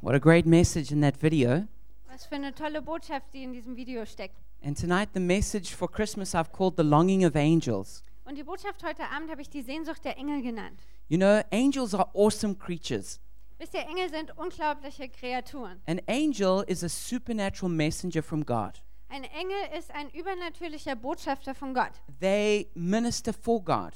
What a great message in that video. Was für eine tolle Botschaft, die in diesem Video steckt. And tonight, the message for Christmas I've called The Longing of Angels. Und die Botschaft heute Abend habe ich die Sehnsucht der Engel genannt. You know, angels are awesome creatures. Wisst ihr, Engel sind unglaubliche Kreaturen. An angel is a supernatural messenger from God. Ein Engel ist ein übernatürlicher Botschafter von Gott. They minister for God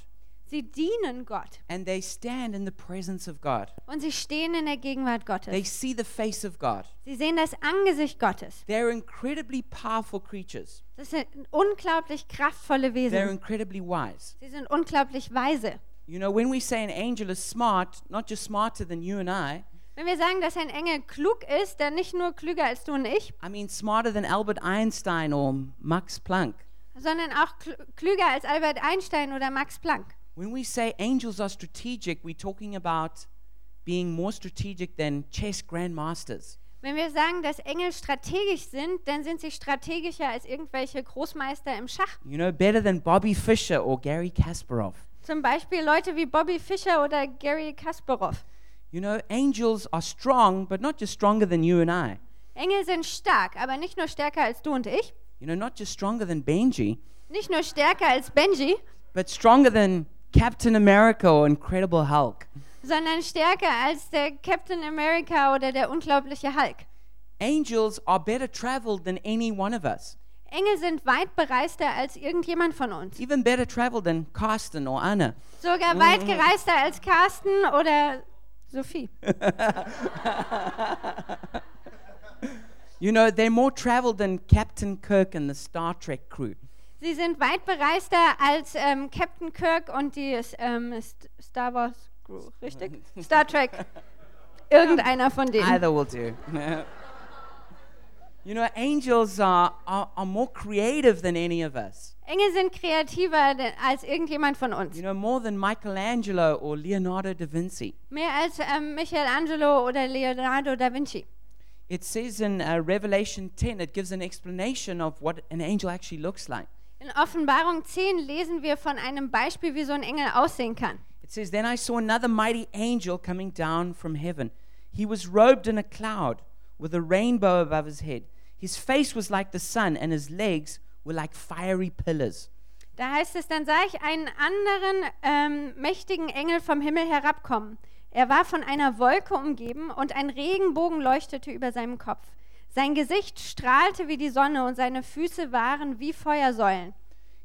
Sie dienen Gott and they stand in the presence of God. und sie stehen in der Gegenwart They Gottes. see the face of God. Sie sehen das Angesicht Gottes. They're incredibly powerful creatures. Das sind unglaublich kraftvolle They're Wesen. incredibly wise. Sie sind unglaublich weise. You know, when we say an angel is smart, not just smarter than you and I, Wenn wir sagen, dass ein Engel klug ist, dann nicht nur klüger als du und ich, I mean smarter than Albert Einstein or Max Planck. sondern auch kl- klüger als Albert Einstein oder Max Planck. When we say angels are strategic, we're talking about being more strategic than chess grandmasters. Wenn wir sagen, dass Engel strategisch sind, dann sind sie strategischer als irgendwelche Großmeister im Schach. You know, better than Bobby Fischer or Gary Kasparov. Zum Beispiel Leute wie Bobby Fischer oder Gary Kasparov. You know, angels are strong, but not just stronger than you and I. Engel sind stark, aber nicht nur stärker als du und ich, You know, not just stronger than Benji, nicht nur stärker als Benji, but stronger than Captain America or Incredible Hulk. sondern stärker als der Captain America oder der unglaubliche Hulk. Angels are better traveled than any one of us, Engel sind weit bereister als irgendjemand von uns. even better traveled than Carsten or Anna. Sogar weit gereister als Carsten oder Sophie. You know, they're more traveled than Captain Kirk and the Star Trek crew. Sie sind weit bereister als ähm, Captain Kirk und die ähm, St Star Wars Crew, richtig? Star Trek. Irgendeiner von denen. Either will do. you know, angels are, are, are more creative than any of us. Engel sind kreativer de- als irgendjemand von uns. You know, more than Michelangelo or Leonardo da Vinci. Mehr als ähm, Michelangelo oder Leonardo da Vinci. It says in uh, Revelation 10, it gives an explanation of what an angel actually looks like. In Offenbarung 10 lesen wir von einem Beispiel, wie so ein Engel aussehen kann. It says, Then I saw another mighty angel coming down from heaven. He was robed in a cloud with a rainbow above his head. His face was like the sun, and his legs were like fiery pillars. Da heißt es, dann sah ich einen anderen ähm, mächtigen Engel vom Himmel herabkommen. Er war von einer Wolke umgeben und ein Regenbogen leuchtete über seinem Kopf. Sein Gesicht strahlte wie die Sonne und seine Füße waren wie Feuersäulen.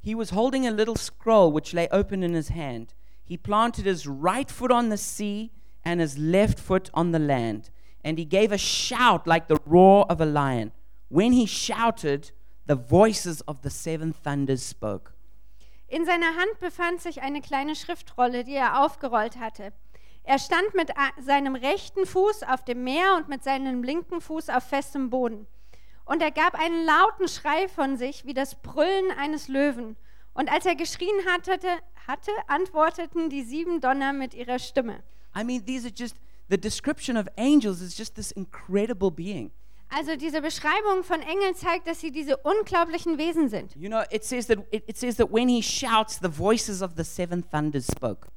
He was holding a little scroll which lay open in his hand. He planted his right foot on the sea and his left foot on the land. And he gave a shout like the roar of a lion. When he shouted, the voices of the seven thunders spoke. In seiner Hand befand sich eine kleine Schriftrolle, die er aufgerollt hatte. Er stand mit a- seinem rechten Fuß auf dem Meer und mit seinem linken Fuß auf festem Boden. Und er gab einen lauten Schrei von sich, wie das Brüllen eines Löwen. Und als er geschrien hatte, hatte antworteten die sieben Donner mit ihrer Stimme. I mean, these are just the description of angels is just this incredible being. Also diese Beschreibung von Engeln zeigt, dass sie diese unglaublichen Wesen sind. You know, it says that it, it says that when he shouts, the voices of the seven thunders spoke.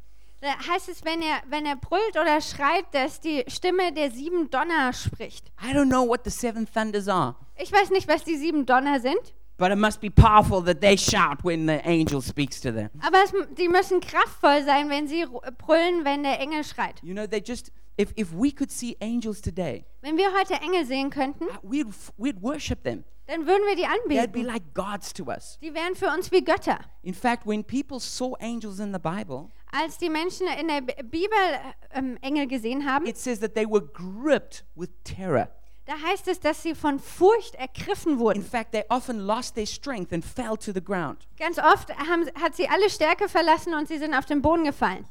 Da heißt es, wenn er, wenn er brüllt oder schreit, dass die Stimme der sieben Donner spricht. I don't know what the seven thunders are, Ich weiß nicht, was die sieben Donner sind, but it must be powerful that they shout when the angel speaks to them. aber es, die müssen kraftvoll sein, wenn sie ru- brüllen, wenn der Engel schreit. You know, they just if if we could see angels today, Wenn wir heute Engel sehen könnten, uh, we'd f- we'd worship them. dann würden wir die They'd be anbeten. like gods to us. Die wären für uns wie Götter. In fact, when people saw angels in the Bible, Als die Menschen in der B- Bibel äh, ähm, Engel gesehen haben, it says that they were gripped with terror. da heißt es, dass sie von Furcht ergriffen In wurden. fact, they often lost their strength and fell to the ground. Ganz oft haben, hat sie alle Stärke verlassen und sie sind auf den Boden gefallen.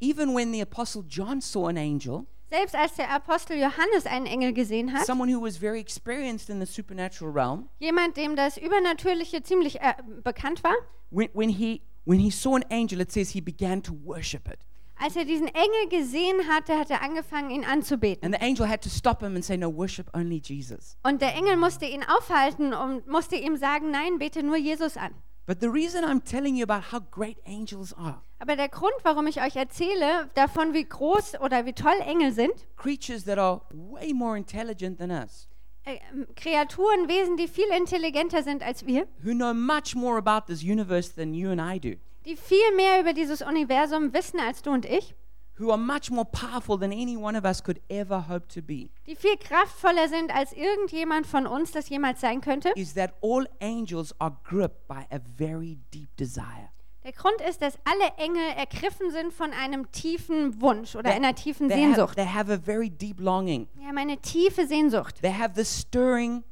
Even when the Apostle John saw an angel, Selbst als der Apostel Johannes einen Engel gesehen hat, someone who was very experienced in the supernatural realm, jemand, dem das Übernatürliche ziemlich äh, bekannt war, when, when, he, when he saw an angel, it says he began to worship it. Als er diesen Engel gesehen hatte, hat er angefangen, ihn anzubeten. And the angel had to stop him and say, No, worship only Jesus. Und der Engel musste ihn aufhalten und musste ihm sagen, nein, bete nur Jesus an. But the reason I'm telling you about how great angels are Aber der Grund, warum ich euch erzähle davon, wie groß oder wie toll Engel sind, Creatures that are way more intelligent than us, äh, Kreaturen, Wesen, die viel intelligenter sind als wir, who know much more about this universe than you and I do, die viel mehr über dieses Universum wissen als du und ich, who are much more powerful than any one of us could ever hope to be, die viel kraftvoller sind als irgendjemand von uns, das jemals sein könnte. is that all angels are gripped by a very deep desire. Der Grund ist, dass alle Engel ergriffen sind von einem tiefen Wunsch oder They- einer tiefen they have- Sehnsucht. they have a very deep longing. Die haben eine tiefe Sehnsucht. They have this stirring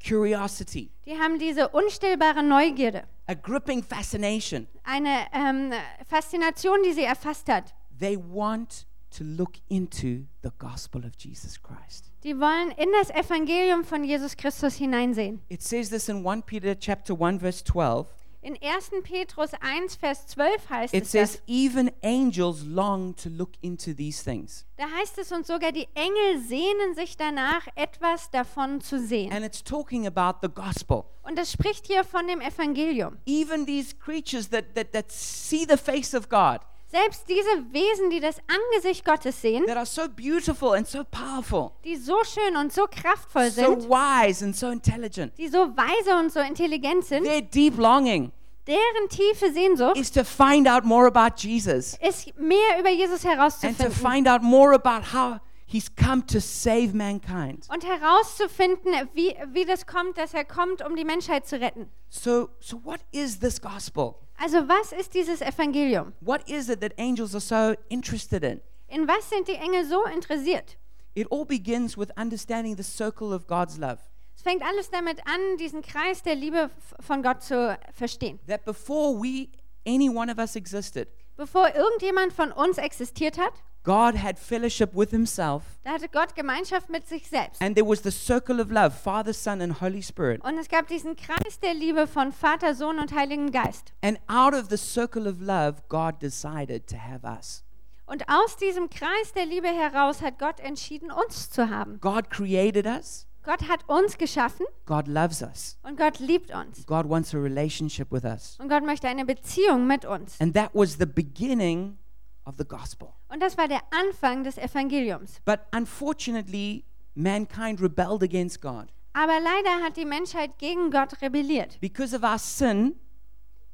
curiosity, Die haben diese unstillbare Neugierde, a gripping fascination. eine ähm, Faszination, die sie erfasst hat. They want to look into the gospel of Jesus Christ. Die wollen in das Evangelium von Jesus Christus hineinsehen. It says this in 1 Peter chapter 1 verse 12. In 1. Petrus 1, Vers 12 heißt It es, says das. even angels long to look into these things. da heißt es und sogar die Engel sehnen sich danach, etwas davon zu sehen. And it's talking about the gospel. Und das spricht hier von dem Evangelium. Even these creatures that that that see the face of God, Selbst diese Wesen, die das Angesicht Gottes sehen, that are so beautiful and so powerful, die so schön und so kraftvoll so sind, wise and so intelligent. die so weise und so intelligent sind, Their deep longing deren tiefe Sehnsucht is to find out more about Jesus. ist, mehr über Jesus and to herauszufinden find out more about how he's come to save mankind. und herauszufinden, wie, wie das kommt, dass er kommt, um die Menschheit zu retten. So, so what is this gospel? Also was ist dieses Evangelium? What is it that angels are so interested in? In was sind die Engel so interessiert? It all begins with understanding the circle of God's love. Es fängt alles damit an, diesen Kreis der Liebe f- von Gott zu verstehen. That before we, any one of us existed, Bevor irgendjemand von uns existiert hat, God had fellowship with himself, da hatte Gott Gemeinschaft mit sich selbst. and there was the circle of love Father, Son, and Holy Spirit. Und es gab diesen Kreis der Liebe von Vater, Sohn und Heiligen Geist. And out of the circle of love, God decided to have us. Und aus diesem Kreis der Liebe heraus hat Gott entschieden, uns zu haben. God created us, Gott hat uns geschaffen God loves us, und Gott liebt uns. God wants a relationship with us. Und Gott möchte eine Beziehung mit uns. And that was the beginning of the gospel. Und das war der Anfang des Evangeliums. But unfortunately, mankind rebelled against God. Aber leider hat die Menschheit gegen Gott rebelliert. Because of our sin,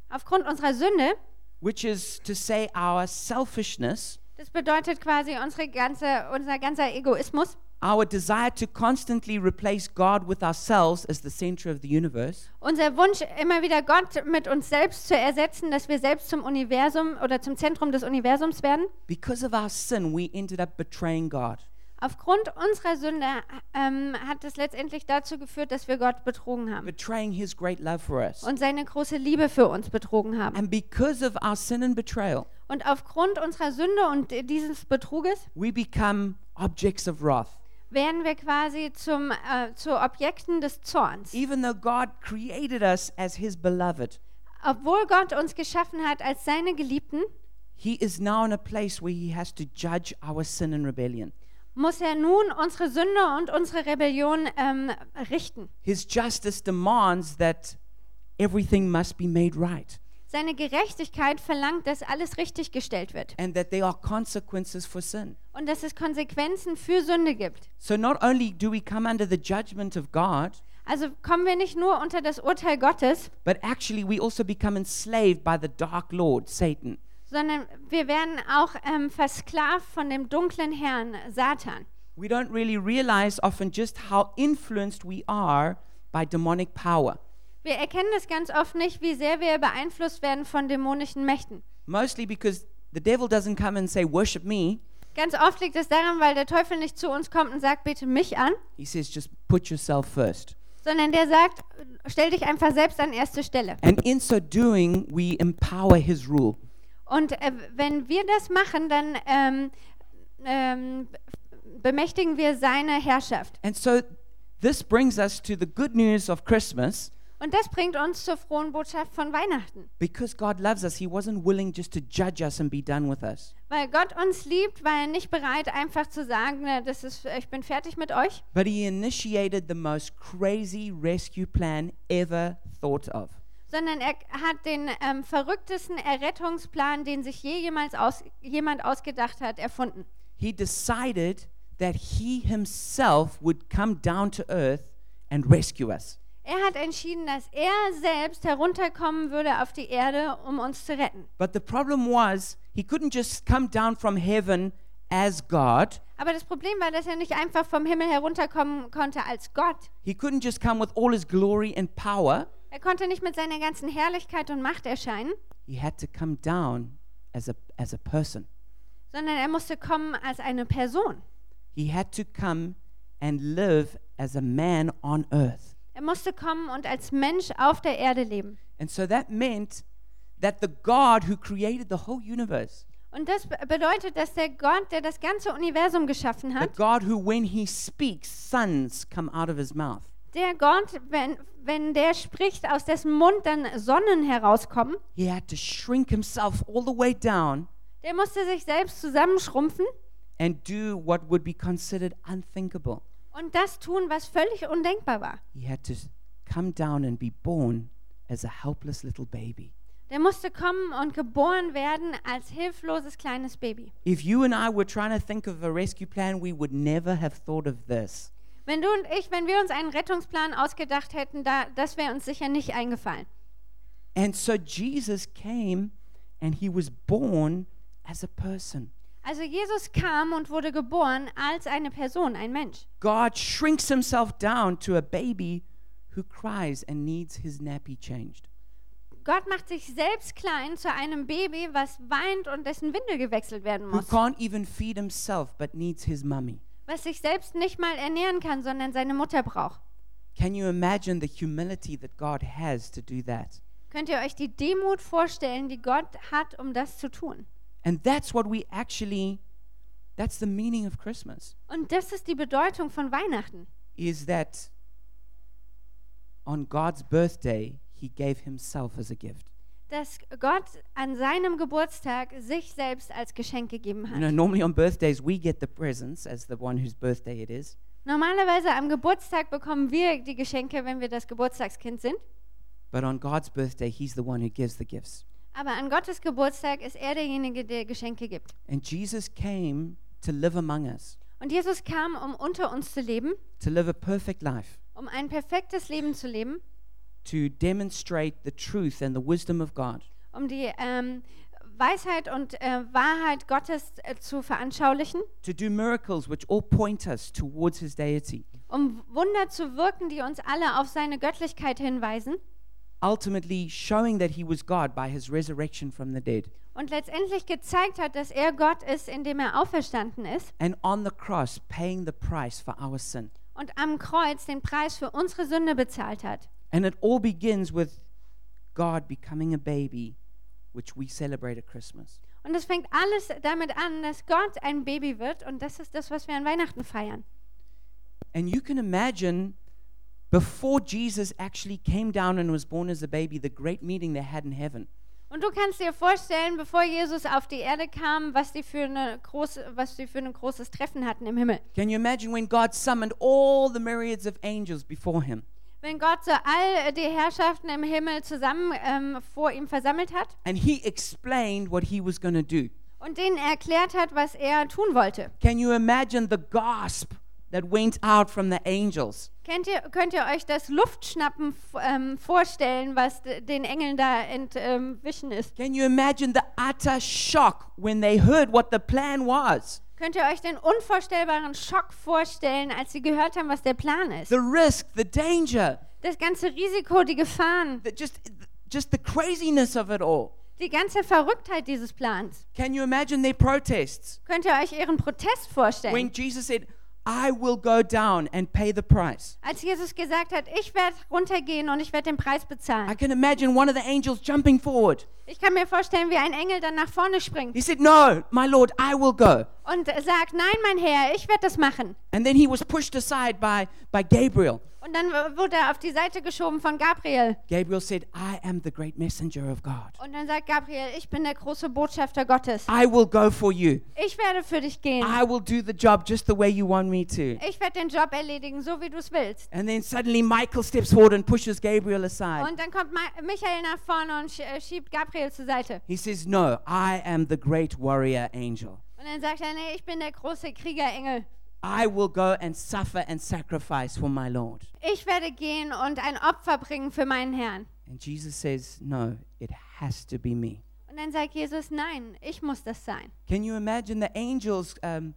Aufgrund unserer Sünde, which is to say our selfishness, das bedeutet quasi unsere ganze, unser ganzer Egoismus, our desire to constantly replace God with ourselves as the center of the universe, unser Wunsch, immer wieder Gott mit uns selbst zu ersetzen, dass wir selbst zum Universum oder zum Zentrum des Universums werden. because of our sin, we ended up betraying God. Aufgrund unserer Sünde ähm, hat es letztendlich dazu geführt, dass wir Gott betrogen haben Betraying his great love for us. und seine große Liebe für uns betrogen haben. And because of our sin and betrayal, Und aufgrund unserer Sünde und äh, dieses Betruges we become objects of wrath. werden wir quasi zum, äh, zu Objekten des Zorns. Even though God created us as his beloved, Obwohl Gott uns geschaffen hat als seine Geliebten, He is now in a place where he has to judge our sin and rebellion. muss er nun unsere Sünde und unsere Rebellion ähm, richten. His justice demands that everything must be made right Seine Gerechtigkeit verlangt, dass alles richtiggestellt wird and that there are consequences for sin. und dass es Konsequenzen für Sünde gibt. So not only do we come under the judgment of God, Also kommen wir nicht nur unter das Urteil Gottes, but actually we also become enslaved by the dark lord, Satan. sondern wir werden auch ähm, versklavt von dem dunklen Herrn Satan. We don't really realize often just how influenced we are by demonic power, Wir erkennen es ganz oft nicht, wie sehr wir beeinflusst werden von dämonischen Mächten. mostly because the devil doesn't come and say, Worship me. Ganz oft liegt es daran, weil der Teufel nicht zu uns kommt und sagt, bete mich an, He says, Just put yourself first. sondern der sagt, stell dich einfach selbst an erste Stelle. And in so doing, we empower his rule. Und äh, wenn wir das machen, dann ähm, ähm, bemächtigen wir seine Herrschaft. And so this brings us to the good news of Christmas. Und das bringt uns zur frohen Botschaft von Weihnachten. Because God loves us, he wasn't willing just to judge us and be done with us. Weil Gott uns liebt, war er nicht bereit, einfach zu sagen, "Na, das ist, ich bin fertig mit euch, But he initiated the most crazy rescue plan ever thought of. sondern er hat den ähm, verrücktesten Errettungsplan, den sich je jemals aus, jemand ausgedacht hat, erfunden. He decided that he himself would come down to earth and rescue us. Er hat entschieden, dass er selbst herunterkommen würde auf die Erde, um uns zu retten. But the problem was, he couldn't just come down from heaven as God. Aber das Problem war, dass er nicht einfach vom Himmel herunterkommen konnte als Gott. He couldn't just come with all his glory and power. Er konnte nicht mit seiner ganzen Herrlichkeit und Macht erscheinen, He had to come down as a, as a person. sondern er musste kommen als eine Person. He had to come and live as a man on earth. Er musste kommen und als Mensch auf der Erde leben. And so that meant that the God who created the whole universe, Und das be- bedeutet, dass der Gott, der das ganze Universum geschaffen the hat, God who, when he speaks, sons come out of his mouth, der Gott, wenn, wenn der spricht, aus dessen Mund dann Sonnen herauskommen, he had to shrink himself all the way down der musste sich selbst zusammenschrumpfen and do what would be considered unthinkable. und das tun, was völlig undenkbar war. He had to come down and be born as a helpless little baby. Der musste kommen und geboren werden als hilfloses kleines Baby. If you and I were trying to think of a rescue plan, we would never have thought of this. Wenn du und ich, wenn wir uns einen Rettungsplan ausgedacht hätten, da, das wäre uns sicher nicht eingefallen. And so Jesus came and he was born as a person. Also Jesus kam und wurde geboren als eine Person, ein Mensch. God shrinks himself down to a baby who cries and needs his nappy changed. Gott macht sich selbst klein zu einem Baby, was weint und dessen Windel gewechselt werden Who muss, can't even feed himself but needs his mummy. was sich selbst nicht mal ernähren kann, sondern seine Mutter braucht. Can you imagine the humility that God has to do that? Könnt ihr euch die Demut vorstellen, die Gott hat, um das zu tun? And that's what we actually that's the meaning of Christmas. Und das ist die Bedeutung von Weihnachten. is that on God's birthday, He gave Himself as a gift. Dass Gott an seinem Geburtstag sich selbst als Geschenk gegeben You hat. know, normally on birthdays, we get the presents as the one whose birthday it is. Normalerweise am Geburtstag bekommen wir die Geschenke, wenn wir das Geburtstagskind sind. But on God's birthday, He's the one who gives the gifts. Aber an Gottes Geburtstag ist er derjenige, der Geschenke gibt. And Jesus came to live among us, Und Jesus kam, um unter uns zu leben, to live a perfect life, um ein perfektes Leben zu leben, to demonstrate the truth and the wisdom of God. um die ähm, Weisheit und äh, Wahrheit Gottes äh, zu veranschaulichen, To do miracles which all point us towards his deity. um Wunder zu wirken, die uns alle auf seine Göttlichkeit hinweisen Ultimately, showing that he was God by his resurrection from the dead. und letztendlich gezeigt hat, dass er Gott ist, indem er auferstanden ist And on the cross, paying the price for our sin. und am Kreuz den Preis für unsere Sünde bezahlt hat. And it all begins with God becoming a baby, which we celebrate at Christmas. Und es fängt alles damit an, dass Gott ein Baby wird und das ist das, was wir an Weihnachten feiern. And you can imagine before Jesus actually came down and was born as a baby, the great meeting they had in heaven. Und du kannst dir vorstellen, bevor Jesus auf die Erde kam, was die für, eine große, was die für ein großes Treffen hatten im Himmel. Can you imagine when God summoned all the myriads of angels before him? Wenn Gott so all die Herrschaften im Himmel zusammen ähm, vor ihm versammelt hat And he explained what he was going to do. und denen erklärt hat, was er tun wollte. Can you imagine the gasp that went out from the angels? Kennt ihr, könnt ihr euch das Luftschnappen f- ähm, vorstellen, was d- den Engeln da entwischen ist? Can you imagine the utter shock when they heard what the plan was? Könnt ihr euch den unvorstellbaren Schock vorstellen, als sie gehört haben, was der Plan ist? The risk, the danger, Das ganze Risiko, die Gefahren, the, just just the craziness of it all. die ganze Verrücktheit dieses Plans. Can you imagine their protests Könnt ihr euch ihren Protest when vorstellen? Jesus said, "I will go down and pay the price"? Als Jesus gesagt hat, ich werde runtergehen und ich werde den Preis I bezahlen. can imagine one of the angels jumping forward. Ich kann mir vorstellen, wie ein Engel dann nach vorne He springt said, "No, my Lord, I will go." und sagt, nein, mein Herr, ich werde das machen. And then he was pushed aside by by Gabriel. Und dann w- wurde er auf die Seite geschoben von Gabriel. Gabriel said, I am the great messenger of God. Und dann sagt Gabriel, ich bin der große Botschafter Gottes. I will go for you. Ich werde für dich gehen. I will do the job just the way you want me to. Ich werde den Job erledigen, so wie du es willst. And then suddenly Michael steps forward and pushes Gabriel aside. Und dann kommt Ma Michael nach vorne und sch äh, schiebt Gabriel zur Seite. He says, No, I am the great warrior angel. Und dann sagt er, nee, ich bin der große Kriegerengel. I will go and suffer and sacrifice for my Lord. Ich werde gehen und ein Opfer bringen für meinen Herrn. And Jesus says, No, it has to be me. Und dann sagt Jesus, nein, ich muss das sein. Can you imagine the angels um,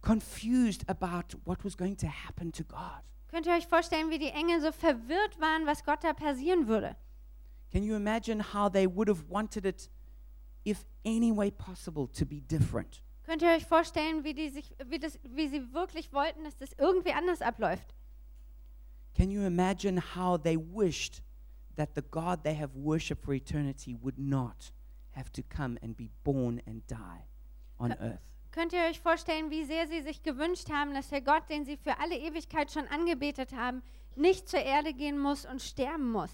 confused about what was going to happen to God? Könnt ihr euch vorstellen, wie die Engel so verwirrt waren, was Gott da passieren würde? Can you imagine how they would have wanted it, if any way possible, to be different? Könnt ihr euch vorstellen, wie, die sich, wie, das, wie sie wirklich wollten, dass das irgendwie anders abläuft? Can you imagine how they wished that the God they have worshipped for eternity would not have to come and be born and die on earth? Könnt ihr euch vorstellen, wie sehr sie sich gewünscht haben, dass der Gott, den sie für alle Ewigkeit schon angebetet haben, nicht zur Erde gehen muss und sterben muss?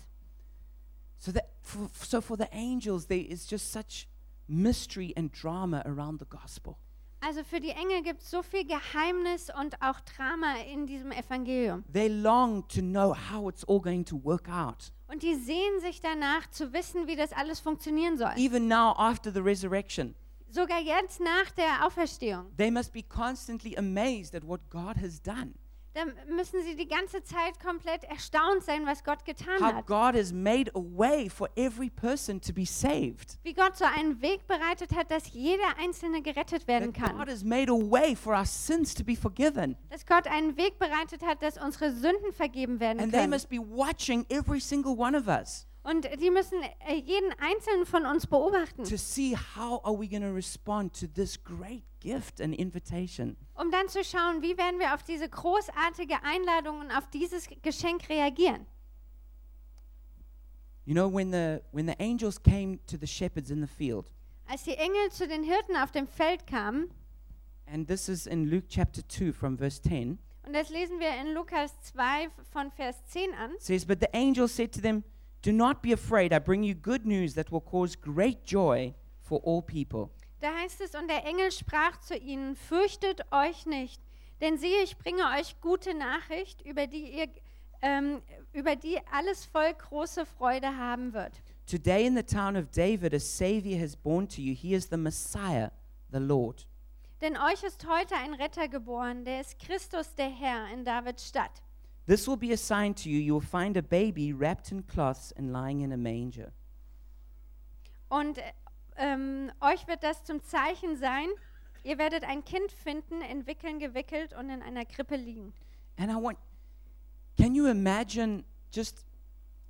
So, that for, so for the angels, there is just such mystery and drama around the gospel. Also für die Engel gibt es so viel Geheimnis und auch Drama in diesem Evangelium. They long to know how it's all going to work out. Und die sehen sich danach zu wissen, wie das alles funktionieren soll. Even now, after the resurrection, Sogar jetzt nach der Auferstehung. they must be constantly amazed at what God has done, Da müssen sie die ganze Zeit komplett erstaunt sein, was Gott getan how hat. God has made a way for every person to be saved. Wie Gott so einen Weg bereitet hat, dass jeder Einzelne gerettet werden that God kann. has made a way for our sins to be forgiven. Dass Gott einen Weg bereitet hat, dass unsere Sünden vergeben werden And they können. must be watching every single one of us Und die müssen äh, jeden Einzelnen von uns beobachten, to see how are we going to respond to this great gift and invitation. um dann zu schauen, wie werden wir auf diese großartige Einladung und auf dieses Geschenk reagieren. You know when the when the angels came to the shepherds in the field Als die Engel zu den Hirten auf dem Feld kamen, and this is in Luke chapter 2 from verse 10 und das lesen wir in Lukas 2 von Vers 10 an, it says but the angel said to them do not be afraid I bring you good news that will cause great joy for all people. Da heißt es, und der Engel sprach zu ihnen, fürchtet euch nicht, denn siehe, ich bringe euch gute Nachricht, über die ihr, ähm, über die alles Volk große Freude haben wird. Today in the town of David a savior has born to you he is the Messiah the Lord. Denn euch ist heute ein Retter geboren, der ist Christus der Herr in Davids Stadt. This will be a sign to you. You will find a baby wrapped in cloths and lying in a manger. Und äh, ähm, euch wird das zum Zeichen sein, ihr werdet ein Kind finden, in Wickeln gewickelt und in einer Krippe liegen. And I want, can you imagine just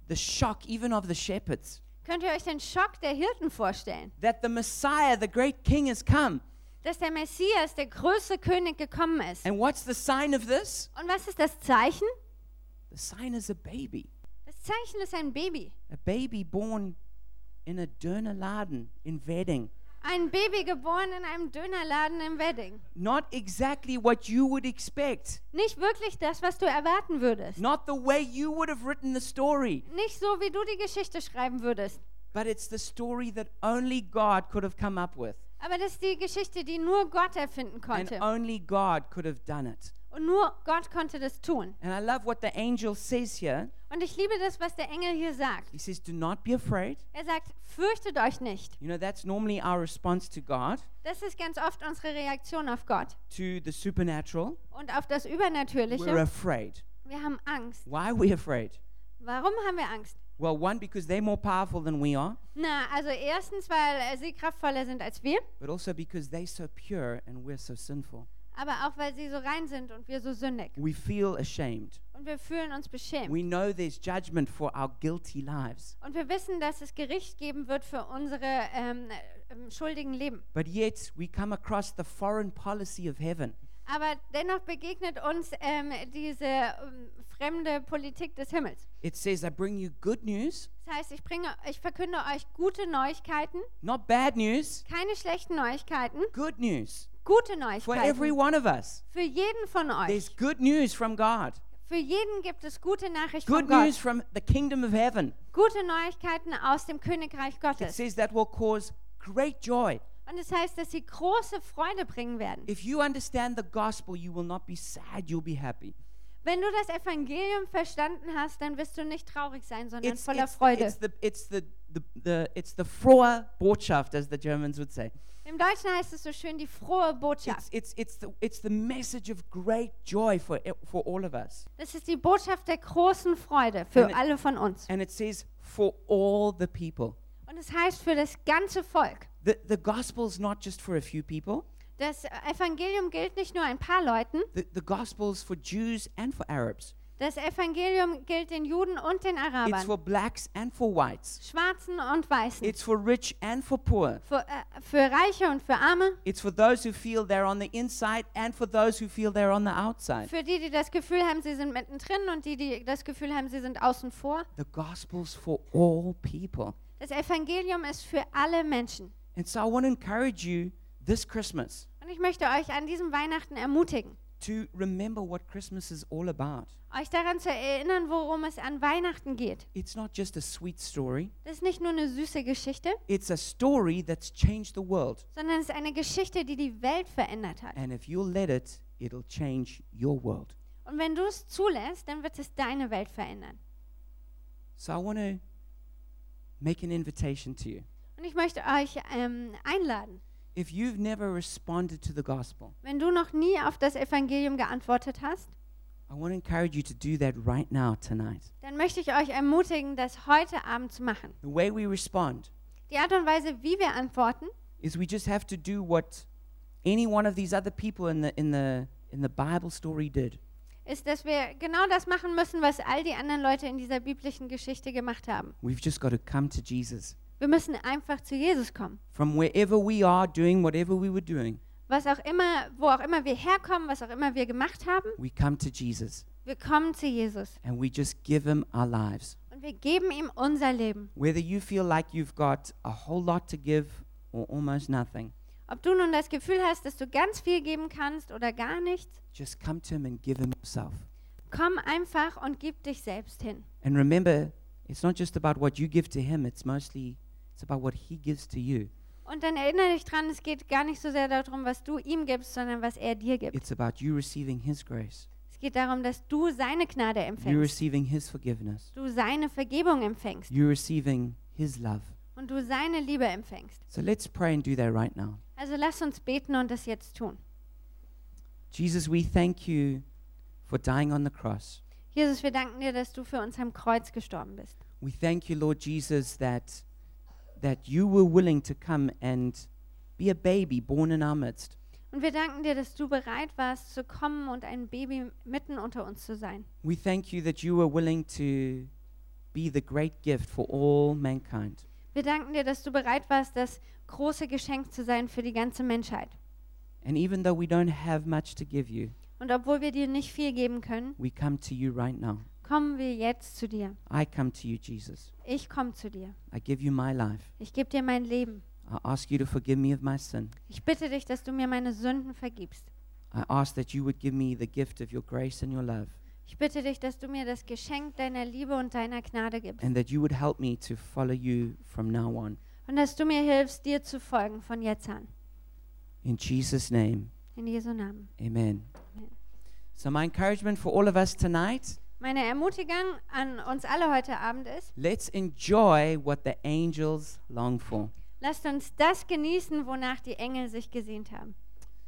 the shock, even of the shepherds, Könnt ihr euch den Schock der Hirten vorstellen, that the Messiah, the great king, has come? dass der Messias, der größte König, gekommen ist? And what's the sign of this? Und was ist das Zeichen? The sign is a baby. Das Zeichen ist ein Baby. A baby born in a Dönerladen in Wedding. Ein Baby geboren in einem Dönerladen im Wedding. Not exactly what you would expect, Nicht wirklich das, was du erwarten würdest. not the way you would have written the story, Nicht so, wie du die Geschichte schreiben würdest. but it's the story that only God could have come up with. Aber das ist die Geschichte, die nur Gott erfinden And konnte. only God could have done it. Und nur Gott konnte das tun. And I love what the angel says here. Und ich liebe das, was der Engel hier sagt. He says, Do not be afraid. Er sagt, fürchtet euch nicht. You know, that's normally our response to God, Das ist ganz oft unsere Reaktion auf Gott to the supernatural. und auf das We're Übernatürliche. afraid. Wir haben Angst. Why are we afraid? Warum haben wir Angst? Well, one, because they're more powerful than we are, Na, also erstens, weil äh, sie kraftvoller sind als wir. but also because they're so pure and we're so sinful. aber auch weil sie so rein sind und wir so sündig We feel ashamed. und wir fühlen uns beschämt We know there's judgment for our guilty lives, und wir wissen, dass es Gericht geben wird für unsere ähm, äh, ähm, schuldigen Leben. but yet we come across the foreign policy of heaven. Aber dennoch begegnet uns ähm, diese ähm, fremde Politik des Himmels. It says, I bring you good news, Das heißt, ich bringe, ich verkünde euch gute Neuigkeiten, not bad news, keine schlechten Neuigkeiten, good news gute for Neuigkeiten every one of us. für jeden von euch. There's good news from God. Für jeden gibt es gute Nachrichten von Good Gott. news from the kingdom of heaven. Gute Neuigkeiten aus dem Königreich It Gottes. says that will cause great joy. Und es heißt, dass sie große Freude bringen werden. If you understand the gospel, you will not be sad, you'll be happy. Wenn du das Evangelium verstanden hast, dann wirst du nicht traurig sein, sondern It's, voller it's, Freude. it's the it's the, the, the it's the frohe Botschaft, as the Germans would say. Im Deutschen heißt es so schön die frohe Botschaft. It's, it's, it's, the, it's the message of great joy for, e- for all of us. Das ist die Botschaft der großen Freude für And it- alle von uns. And it says, for all the people. Und es heißt für das ganze Volk. The, the gospel's not just for a few people, Das Evangelium gilt nicht nur ein paar Leuten. the, the gospel's for Jews and for Arabs. Das Evangelium gilt den Juden und den It's Arabern, for blacks and for whites. Schwarzen und Weißen, It's for rich and for poor. für, äh, für Reiche und für Arme, It's for those who feel they're on the inside and for those who feel they're on the outside. für die, die das Gefühl haben, sie sind mittendrin und die, die das Gefühl haben, sie sind außen vor. The gospel's for all people. Das Evangelium ist für alle Menschen. And so I want to encourage you this Christmas Und ich möchte euch an diesem Weihnachten ermutigen, to remember what Christmas is all about. euch daran zu erinnern, worum es an Weihnachten geht. It's not just a sweet story, Das ist nicht nur eine süße Geschichte, it's a story that's changed the world. sondern es ist eine Geschichte, die die Welt verändert hat. And if you'll let it, it'll change your world. Und wenn du es zulässt, dann wird es deine Welt verändern. So I want to make an invitation to you. Und ich möchte euch ähm, einladen, If you've never responded to the gospel, wenn du noch nie auf das Evangelium geantwortet hast, I want to encourage you to do that right now, tonight. dann möchte ich euch ermutigen, das heute Abend zu machen. The way we respond Die Art und Weise, wie wir antworten, is we just have to do what any one of these other people in the, in the, in the Bible story did. ist, dass wir genau das machen müssen, was all die anderen Leute in dieser biblischen Geschichte gemacht haben. We've just got to come to Jesus. Wir müssen einfach zu Jesus kommen. From wherever we are doing whatever we were doing, Was auch immer, wo auch immer wir herkommen, was auch immer wir gemacht haben, we come to Jesus wir kommen zu Jesus and we just give him our lives. und wir geben ihm unser Leben. Whether you feel like you've got a whole lot to give or almost nothing, Ob du nun das Gefühl hast, dass du ganz viel geben kannst oder gar nichts, just come to him and give him yourself. komm einfach und gib dich selbst hin. And remember, it's not just about what you give to him, it's mostly it's about what he gives to you. Und dann erinnere dich dran, es geht gar nicht so sehr darum, was du ihm gibst, sondern was er dir gibt. It's about you receiving his grace, Es geht darum, dass du seine Gnade you empfängst, receiving his forgiveness, du seine Vergebung empfängst you receiving his love. und du seine Liebe empfängst. So let's pray and do that right now. Also lass uns beten und das jetzt tun. Jesus, we thank you for dying on the cross. Jesus, wir danken dir, dass du für uns am Kreuz gestorben bist. We thank you, Lord Jesus, that that you were willing to come and be a baby born in our midst. Und wir danken dir, dass du bereit warst, zu kommen und ein Baby mitten unter uns zu sein. We thank you that you were willing to be the great gift for all mankind. Wir danken dir, dass du bereit warst, das große Geschenk zu sein für die ganze Menschheit. And even though we don't have much to give you, Und obwohl wir dir nicht viel geben können, we come to you right now. kommen wir jetzt zu dir. I come to you, Jesus. Ich komme zu dir. I give you my life. Ich gebe dir mein Leben. I ask you to forgive me of my sin. Ich bitte dich, dass du mir meine Sünden vergibst. I ask that you would give me the gift of your grace and your love, Ich bitte dich, dass du mir das Geschenk deiner Liebe und deiner Gnade gibst. and that you would help me to follow you from now on. Und dass du mir hilfst, dir zu folgen von jetzt an. In Jesus' name, In Jesu Namen. amen. So, my encouragement for all of us tonight Meine Ermutigung an uns alle heute Abend ist, let's enjoy what the angels long for. lasst uns das genießen, wonach die Engel sich gesehnt haben.